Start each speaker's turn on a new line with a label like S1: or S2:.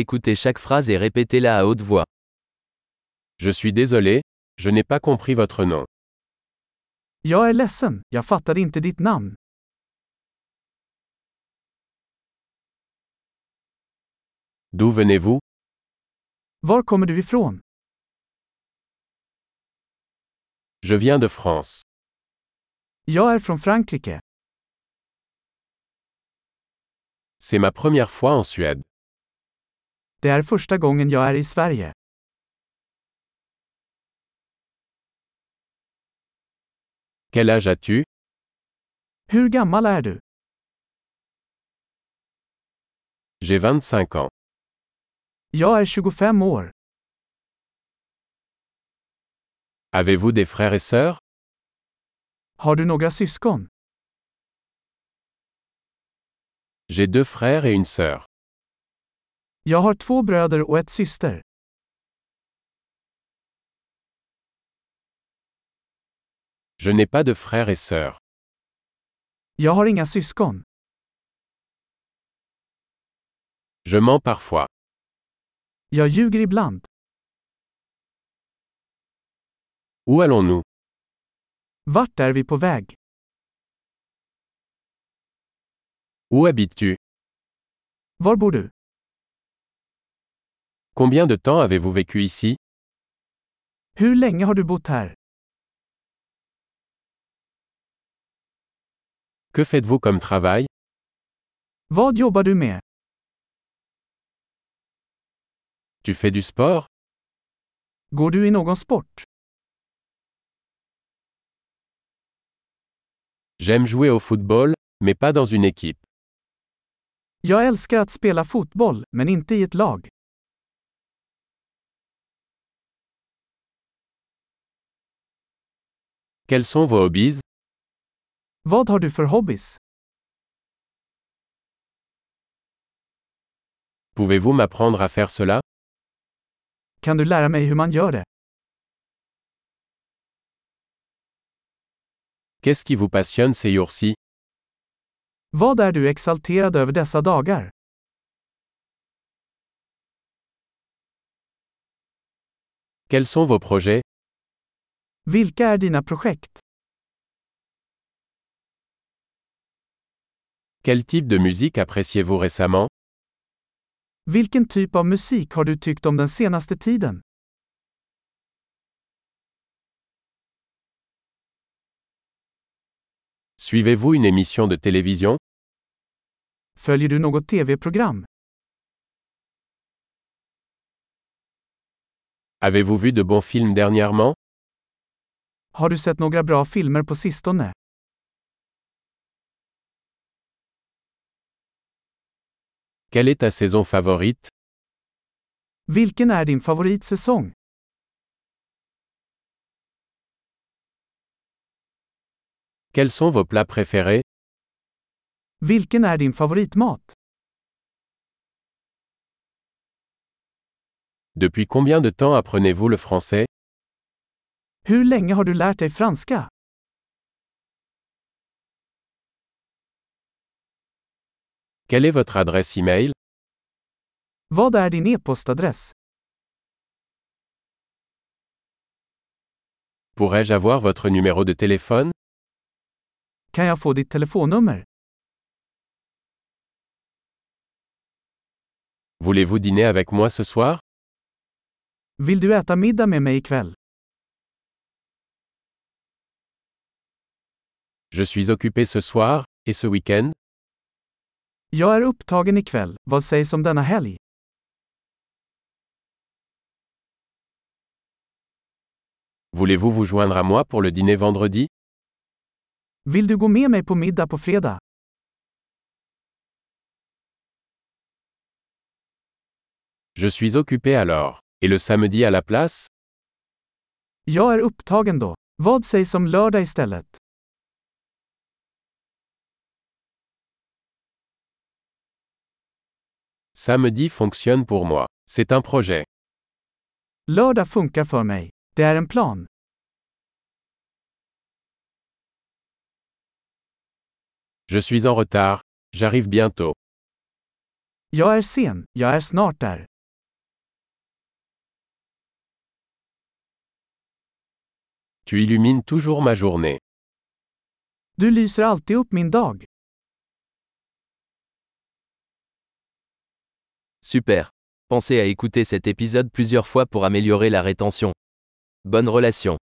S1: Écoutez chaque phrase et répétez-la à haute voix.
S2: Je suis désolé, je n'ai pas compris votre nom.
S3: Jag är ledsen, jag fattade inte ditt namn.
S2: D'où venez-vous
S3: Var kommer du ifrån?
S2: Je viens de France.
S3: Jag är från Frankrike.
S2: C'est ma première fois en Suède.
S3: Det är första gången jag är i Sverige.
S2: Quel âge as-tu
S3: Hur gammal är du?
S2: J'ai 25 ans.
S3: Jag är 25 år.
S2: Avez-vous des frères et sœurs
S3: Har du några syskon?
S2: J'ai deux frères et une sœur.
S3: Jag har två bröder och ett syster.
S2: Je n'ai pas de frères et sœurs.
S3: Jag har inga syskon.
S2: Je mens parfois.
S3: Jag ljuger ibland.
S2: Où allons-nous
S3: Vart är vi på väg?
S2: Où habites-tu
S3: Var bor du?
S2: Combien de temps avez-vous vécu ici
S3: Hur länge har du bott här?
S2: Que faites-vous comme travail
S3: Vad jobbar du med?
S2: Tu fais du sport
S3: Går du i någon sport?
S2: J'aime jouer au football, mais pas dans une équipe.
S3: Jag älskar att spela fotboll, men inte i ett lag.
S2: Quels sont vos hobbies
S3: Vad har du för hobbys?
S2: Pouvez-vous m'apprendre à faire cela
S3: Kan du lära mig hur man gör det?
S2: Qu'est-ce qui vous passionne ces jours-ci
S3: Vad är du exalterad över dessa dagar?
S2: Quels sont vos projets
S3: Vilka är dina projekt?
S2: Quel type de musique appréciez-vous récemment
S3: Vilken typ av musik har du tyckt om den senaste tiden?
S2: Suivez-vous une émission de télévision
S3: Följer du något tv-program?
S2: Avez-vous vu de bons films dernièrement
S3: Har du sett några bra filmer på sistone?
S2: Quelle est ta saison favorite
S3: Vilken är din favoritsäsong?
S2: Quels sont vos plats préférés
S3: Vilken är din favoritmat?
S2: Depuis combien de temps apprenez-vous le français
S3: Hur länge har du lärt dig franska?
S2: Quelle est votre adresse e-mail
S3: Vad är din e-postadress?
S2: Pourrais-je avoir votre numéro de téléphone
S3: Kan jag få ditt telefonnummer?
S2: Voulez-vous dîner avec moi ce soir
S3: Vill du äta middag med mig ikväll?
S2: Je suis occupé ce soir, et ce week-end
S3: Jag är upptagen ikväll, vad sägs om denna helg?
S2: Voulez-vous vous joindre à moi pour le dîner vendredi
S3: Vill du gå med mig på middag på fredag?
S2: Je suis occupé alors. Et le samedi à la place
S3: Jag är upptagen då. Vad sägs om lördag istället?
S2: Samedi fonctionne pour moi. C'est un projet.
S3: Lördag funkar för mig. Det är en plan.
S2: Je suis en retard. J'arrive bientôt.
S3: Jag är sen, jag är snart där.
S4: Tu illumines toujours ma journée.
S3: Du lyser alltid upp min dag.
S2: Super. Pensez à écouter cet épisode plusieurs fois pour améliorer la rétention. Bonne relation.